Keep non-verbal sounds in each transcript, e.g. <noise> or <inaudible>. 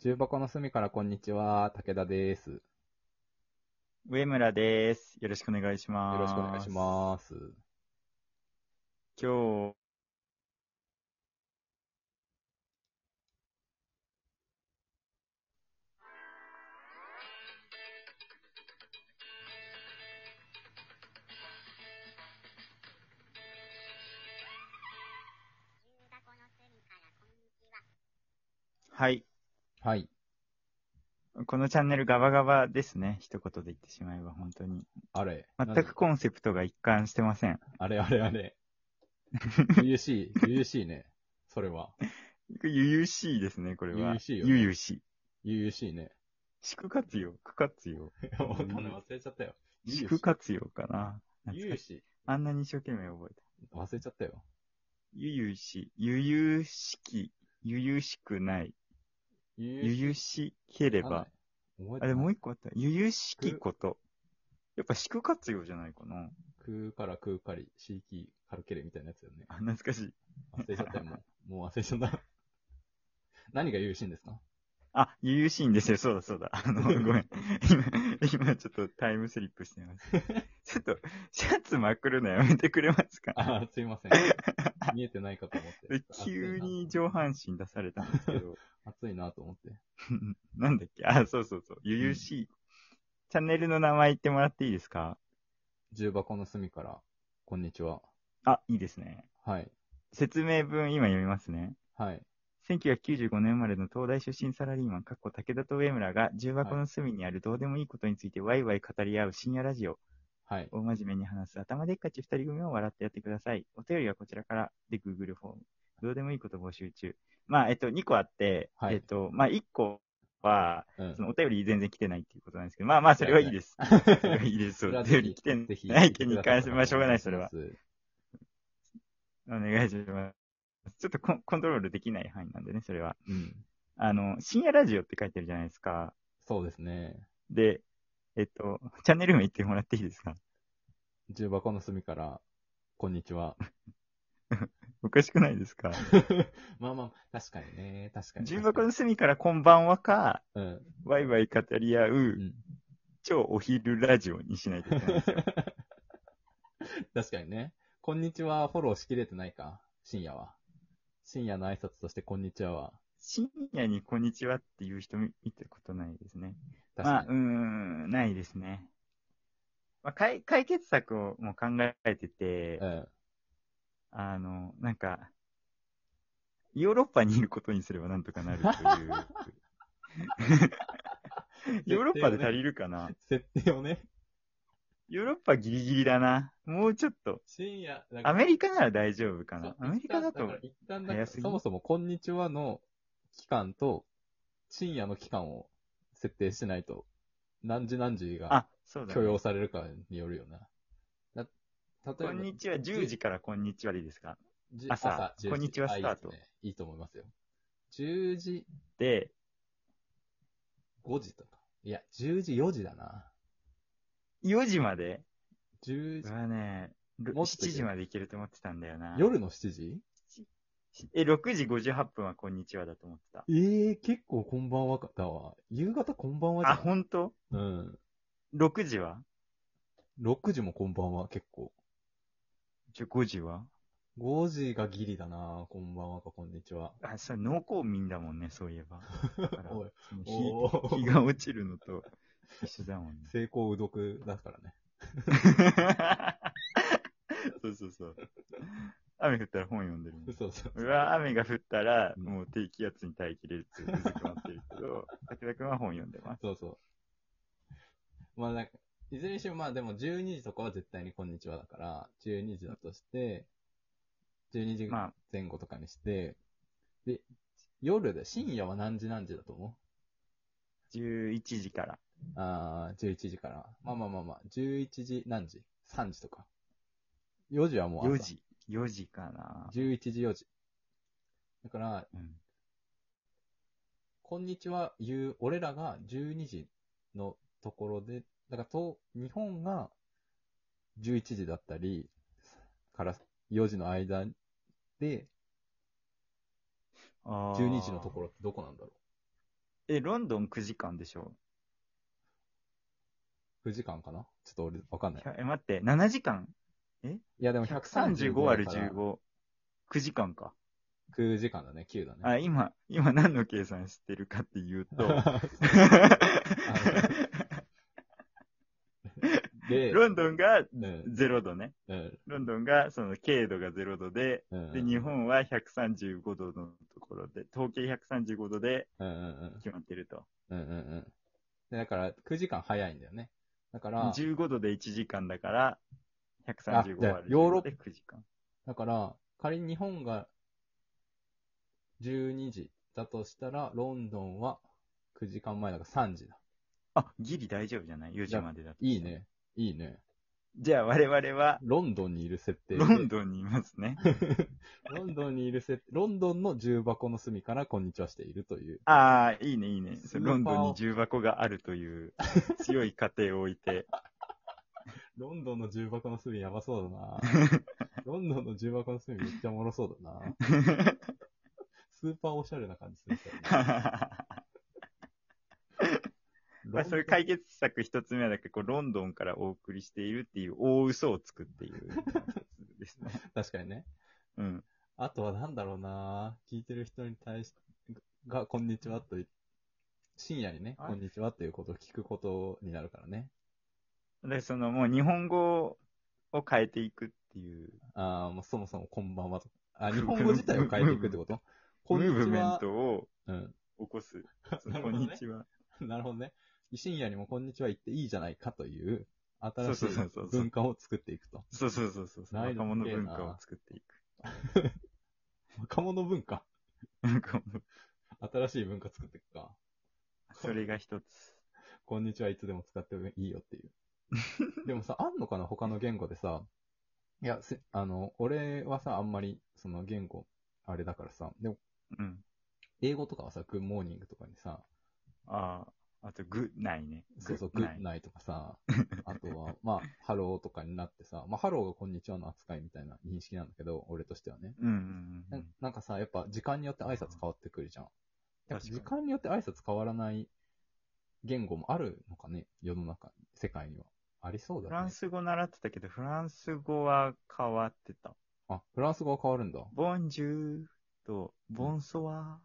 重箱の隅からこんにちは、武田です。よ上村です。よろしくお願いします。ろしくお願いしす。ます。今日、はい。はい。このチャンネルガバガバですね。一言で言ってしまえば、本当に。あれ。全なくコンセプトが一貫してません。あれあれあれ。優しい、優しいね。それは。ゆゆしいですね、これは。悠々しいよねゆゆしい。優しいね。祝活用、苦活用。わかんない忘れちゃったよ。祝活用かな。懐優かしいしあんなに一生懸命覚えた。忘れちゃったよ。ゆゆし、ゆゆしき、ゆゆしくない。ゆ優ゆしければ。。覚えあてれ、もなうい。一個あった。ゆゆしきこと。やっぱ、祝活用じゃないかな。食うから食うかり、しいき、かるけれみたいなやつよねあ、。懐かしい。忘れちゃったよ、もう。もう忘れちゃった。何が優しいんですかあ、ゆゆしいんですよ。そうだそうだ。あの、ごめん。今、今ちょっとタイムスリップしてます。ちょっと、シャツまくるのやめてくれますかあー、すいません。見えてないかと思ってで。 <laughs> 急に上半身出されたんですけど、熱いなと思って。 <laughs> なんだっけあ、そうそうそう。ゆゆしい。チャンネルの名前言ってもらっていいですか重箱の隅から、こんにちは。あ、いいですね。はい。説明文今読みますね。はい。 1995年生まれの東大出身サラリーマン、かっこ武田と上村が重箱の隅にあるどうでもいいことについてワイワイ語り合う深夜ラジオ、はい。大真面目に話す頭でっかち二人組を笑ってやってください。お便りはこちらからで Google フォーム。どうでもいいこと募集中。まあ、えっと、2個あって、はいえっと、まあ、1個は、うんそ。のお便り全然来てないっていうことなんですけど、まあまあ、それはいいです。そ <laughs> れはいいです。そうお便り来てない件に関して、まあ、しょうがない、それは。。お願いします。ちょっとコンコントロールできない範囲なんでね、それは。うん。あの、深夜ラジオって書いてるじゃないですか。そうですね。で、えっと、チャンネル名言ってもらっていいですか重箱の隅から、こんにちは。 <laughs> おかしくないです <laughs> かまあまあ、確かにね。確かに。重箱の隅からこんばんはか、うん。ワイワイ語り合う。うん超お昼ラジオにしないといけない <laughs> ですよ。確かにね。こんにちは、フォローしきれてないか。深夜は。深夜の挨拶として、こんにちはは。深夜にこんにちはっていう人見見たことないですね。確かまあ、に。うーん、ないですね。まあ、解解決策をもう考えてて、うん。あの、なんか、ヨーロッパにいることにすればなんとか <laughs> なるという。ヨーロッパで足りるかな、設定をね、ヨーロッパギリギリだな。もうちょっと。深夜、だからアメリカなら大丈夫かそうな。アメリカだ一旦とから、一旦だか早らすぎそもそも、こんにちはの期間と、深夜の期間を設定しないと、何時何時があ、そうだ、許ね。容されるかによるよな。だ例えこばんにちは、10時からこんにちはでいいですか。じ朝10時こんにちはあスタートいい,、ね、いいと思いますよ。10時、で、 5時とか。いや、10時、4時だな。 4時まで10時う、わね、ろもっといける7時までいけると思ってたんだよな。夜の7時 <laughs> え、6時58分はこんにちはだと思ってた。ええ結構こんばんはだわ。夕方こんばんはじゃあ、ないほんとうん。 ?6 時は6時もこんばんは、結構。じゃ、5時は5時がギリだなこんばんはか、こんにちは。あ、それ農耕民だもんね、そういえば。だから <laughs> おいそのお日ー日が落ちるのと一緒だ <laughs> もんね。成功うどくだからね。そうそうそう。雨降ったら本読んでるもん。そうそううわ、雨が降ったら、うんもう低気圧に耐えきれるって、うずくまってるけど、 <laughs> 武田くんは本読んでます。そうそう。まあなんか、いずれにしろまあでも12時とかは絶対にこんにちはだから、12時だとして、12時まあ、前後とかにして、で、夜で、深夜は何時何時だと思11時から。うああ、11時から。まあまあまあまあ、11時何時 ?3 時とか。4時はもう朝。 4。時。4時かな。 11時4時。だから、うんこんにちは言う、俺らが12時のところで、だからと、日本が11時だったり、から4時の間で、あー12時のところってどこなんだろえ、ロンドン9時間でしょ ?9 時間かなちょっと俺、わかんない。え、待って、7時間えいや、でも135割る15。9時間か。 9時間だね、9だね。あ、今、今何の計算してるかっていう <laughs> と。<laughs> <laughs> で、 <laughs> ロンドンがうん、 0度ね。うん、ロンドンが、その、経度が0度で、うん。で、日本は135度のところで、統計135度でうんうんうん。決まってると。うんうんうん。でだから、9時間早いんだよね。だから、 15度で1時間だから、あ135じゃあ割るヨーロッで9時間。だから、仮に日本が12時だとしたら、ロンドンは9時間前だから3時だ。あ、ギリ大丈夫じゃない ?4 時までだと。いい。ね。いいね。じゃあ我々は、ロンドンにいる設定で。ロンドンにいますね。ロンドンにいる設定。ロンドンの重箱の隅からこんにちはしているという。 <laughs> ああ、いいね、いいね。スーパーロンドンに重箱があると <laughs> いう強い家庭を置いて。ロンドンの重箱の隅やばそうだな <laughs> ロンドンの重箱の隅めっちゃおもろそうだなスーパーおしゃれな感じするけどねまあ、そういう解決策一つ目は、だけどこうロンドンからお送りしているっていう大嘘をつくっていうです <laughs> ね。確かにね。うん。あとはなんだろうな聞いてる人に対して、が、こんにちはと、深夜にね、はいこんにちはっていうことを聞くことになるからね。で、そのもう日本語を変えていくっていう、ああ、もうそもそもこんばんはと。あ、日本語自体を変えていくってことこムんにーブちメンは。トをうん。起こす。そなのるほこどんにね。ちは。なるほどね。深夜にもこんにちは言っていいじゃないかという、そ新うしいそうそうそう。文化を作っていくと。そうそうそうそう。ないの若者すげえな文化を作っていく。若者文化。なんかもう新しい文化作っていくか。それが一つ。こんにちはいつでも使ってもいいよって <laughs> いう。でもさ、あんのかな他の言語でさ。いや、せあの、俺はさ、あんまり、その言語、あれだからさ。でも、うん。英語とかはさ、グッモーニングとかにさ、ああ、あと、グッないね。そうそう、グッグッない。ナイとかさ、あと <laughs> は、まあ、ハローとかになってさ、まあ、ハローがこんにちはの扱いみたいな認識なんだけど、俺としてはね。うんうんうんう。なんなんかさ、やっぱ時間によって挨拶変わってくるじゃん。やっぱ確かに時間によって挨拶変わらない言語もあるのかね世の中に、世界には。ありそうだフね。ランス語習ってたけど、フランス語は変わってた。あ、フランス語は変わるんだ。ボンジュールと、ボンソワ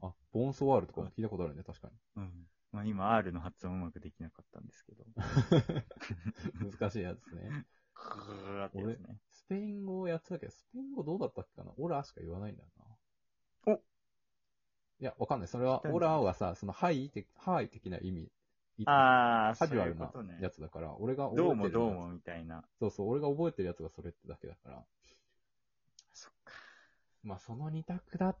あ、ボンソワールとかも聞いたことあるね、確か <laughs> ー。うん。まあ今、R の発音うまくできなかったんですけど。に。難しいやつね。クーってやつね。スペイン語をやってたけど、スペイン語どうだったっけかなオラしか言わないんだよな。おいや、わかんない。それは聞いた、んだオラはさ、その、はいって、はい的な意味。ああ、カそジうュアいうルこなとねや。つだから、俺が覚えてるどうもどうやもみたいな。つ。そうそう、俺が覚えてるやつがそれってだけだから。そっか。まあ、その二択だっ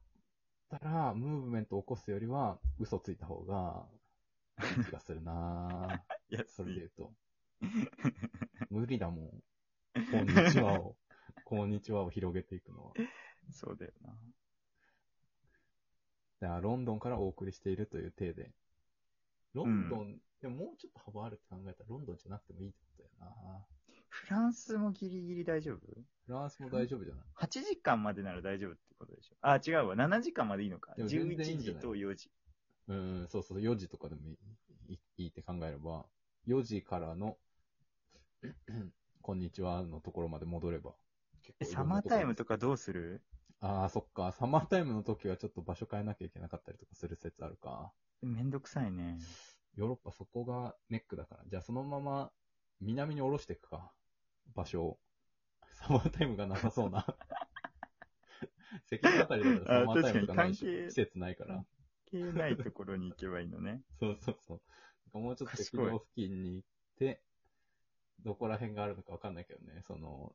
たら、ムーブメントを起こすよりは、嘘ついた方が、いい気がするなぁ。いや、そそれでれ言うと。無理だもん。こんにちはを、こんにちはを広げていくのは。そうだよな。だからロンドンからお送りしているという体で。ロンドン、でももうちょっと幅あるって考えたらロンドンじゃなくてもいいってことだよな。フランスもギリギリ大丈夫フランスも大丈夫じゃない ?8 時間までなら大丈夫ってことでしょ。あ、違うわ。7時間までいいのか。でも全然いい11んじゃ時ないと4時。うん、そうそう、4時とかでもいいいいいいって考えれば、4時からの、こんにちはのところまで戻れば。え、サマータイムととかどうするああ、そっか。サマータイムの時はちょっと場所変えなきゃいけなかったりとかする説あるか。めんどくさいね。ヨーロッパそこがネックだから。じゃあそのまま南に下ろしていくか。場所を。サマータイムがなさそう <laughs> な。関根あたりだからサマータイムとかないでしあ確かに関係ょ。季節ないから。消えないところに行けばいいの <laughs> ね。そうそうそう。もうちょっと赤賢い道付近に行って、どこら辺があるのかわかんないけどね。その、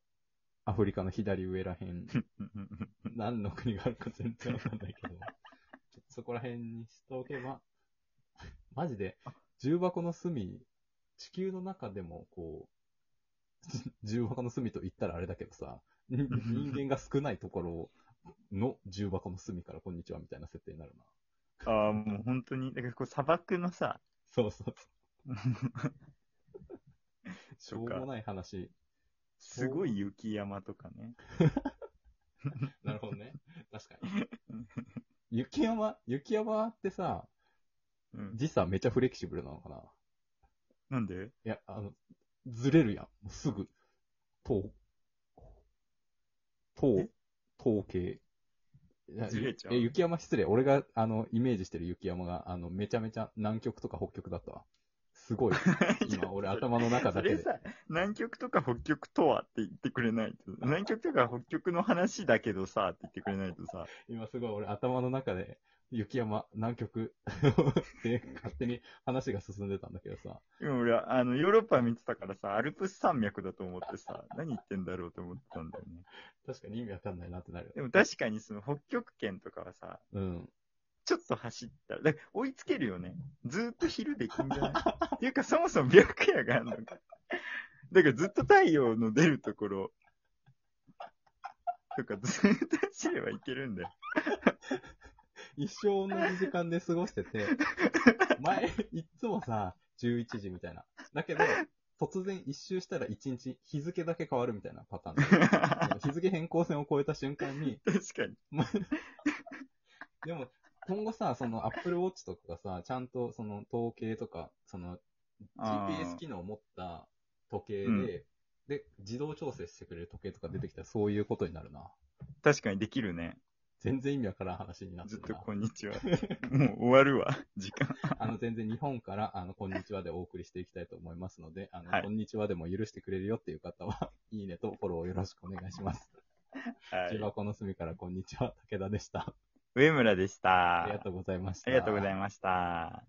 アフリカの左上ら辺、 <laughs> うんうんうん何の国があるか全然わかんないけど、ちょっとそこら辺にしておけば、マジで、重箱の隅、地球の中でも、こう、重箱の隅と言ったらあれだけどさ、人間が少ないところの重箱の隅からこんにちはみたいな設定になるな。ああ、もう本当に。だからこう砂漠のさ、そうそうそう。 <laughs> しょうもない話。すごい雪山とかね。な <laughs> るほどね。確かに。雪山、雪山ってさ、うん。時差めちゃフレキシブルなのかな。なんでいや、あの、ずれるやん。もうすぐ、統、統え、統計。いやずれちゃうえ、雪山失礼。俺が、あの、イメージしてる雪山が、あの、めちゃめちゃ南極とか北極だったわ。す <laughs> ごい。今、俺頭の中そだけれで。さ、南極とか北極とはって言ってくれない <laughs> と。南極とか北極の話だけどさ、って言ってくれないとさ。今すごい俺頭の中で、雪山、南極 <laughs> で勝手に話が進んでたんだけどさ。でも俺は、あの、ヨーロッパ見てたからさ、アルプス山脈だと思ってさ、何言ってんだろうと思ってたんだよね。確かに意味わかんないなってなるよ。でも確かにその北極圏とかはさ、うん。ちょっと走ったら、だから追いつけるよね。ずーっと昼できんじゃないっていうか、そもそも白夜があるのか。だからずっと太陽の出るところ、とかずーっと走ればいけるんだよ。 <laughs> 一生同じ時間で過ごしてて、前、いっつもさ、11時みたいな。だけど、突然一周したら1日、日付だけ変わるみたいなパターンで。 <laughs> 確かあの日付変更線を越えた瞬間に、に。でも、今後さ、その Apple Watch とかがさ、ちゃんとその統計とか、そのあー GPS 機能を持った時計で、うんで、自動調整してくれる時計とか出てきたらそういうことになるな。確かにできるね。全然意味わからん話になってずっるとな。こん <laughs> にちは。もう終わるわ、時間。あの、全然日本から、あの、こんにちはでお送りしていきたいと思いますので、あの、はいこんにちはでも許してくれるよっていう方は、 <laughs> いいねとフォローをよろしくお願いします。は千い葉。湖の隅からこんにちは、武田でした。上村でしあた。りがとうございました。ありがとうございました。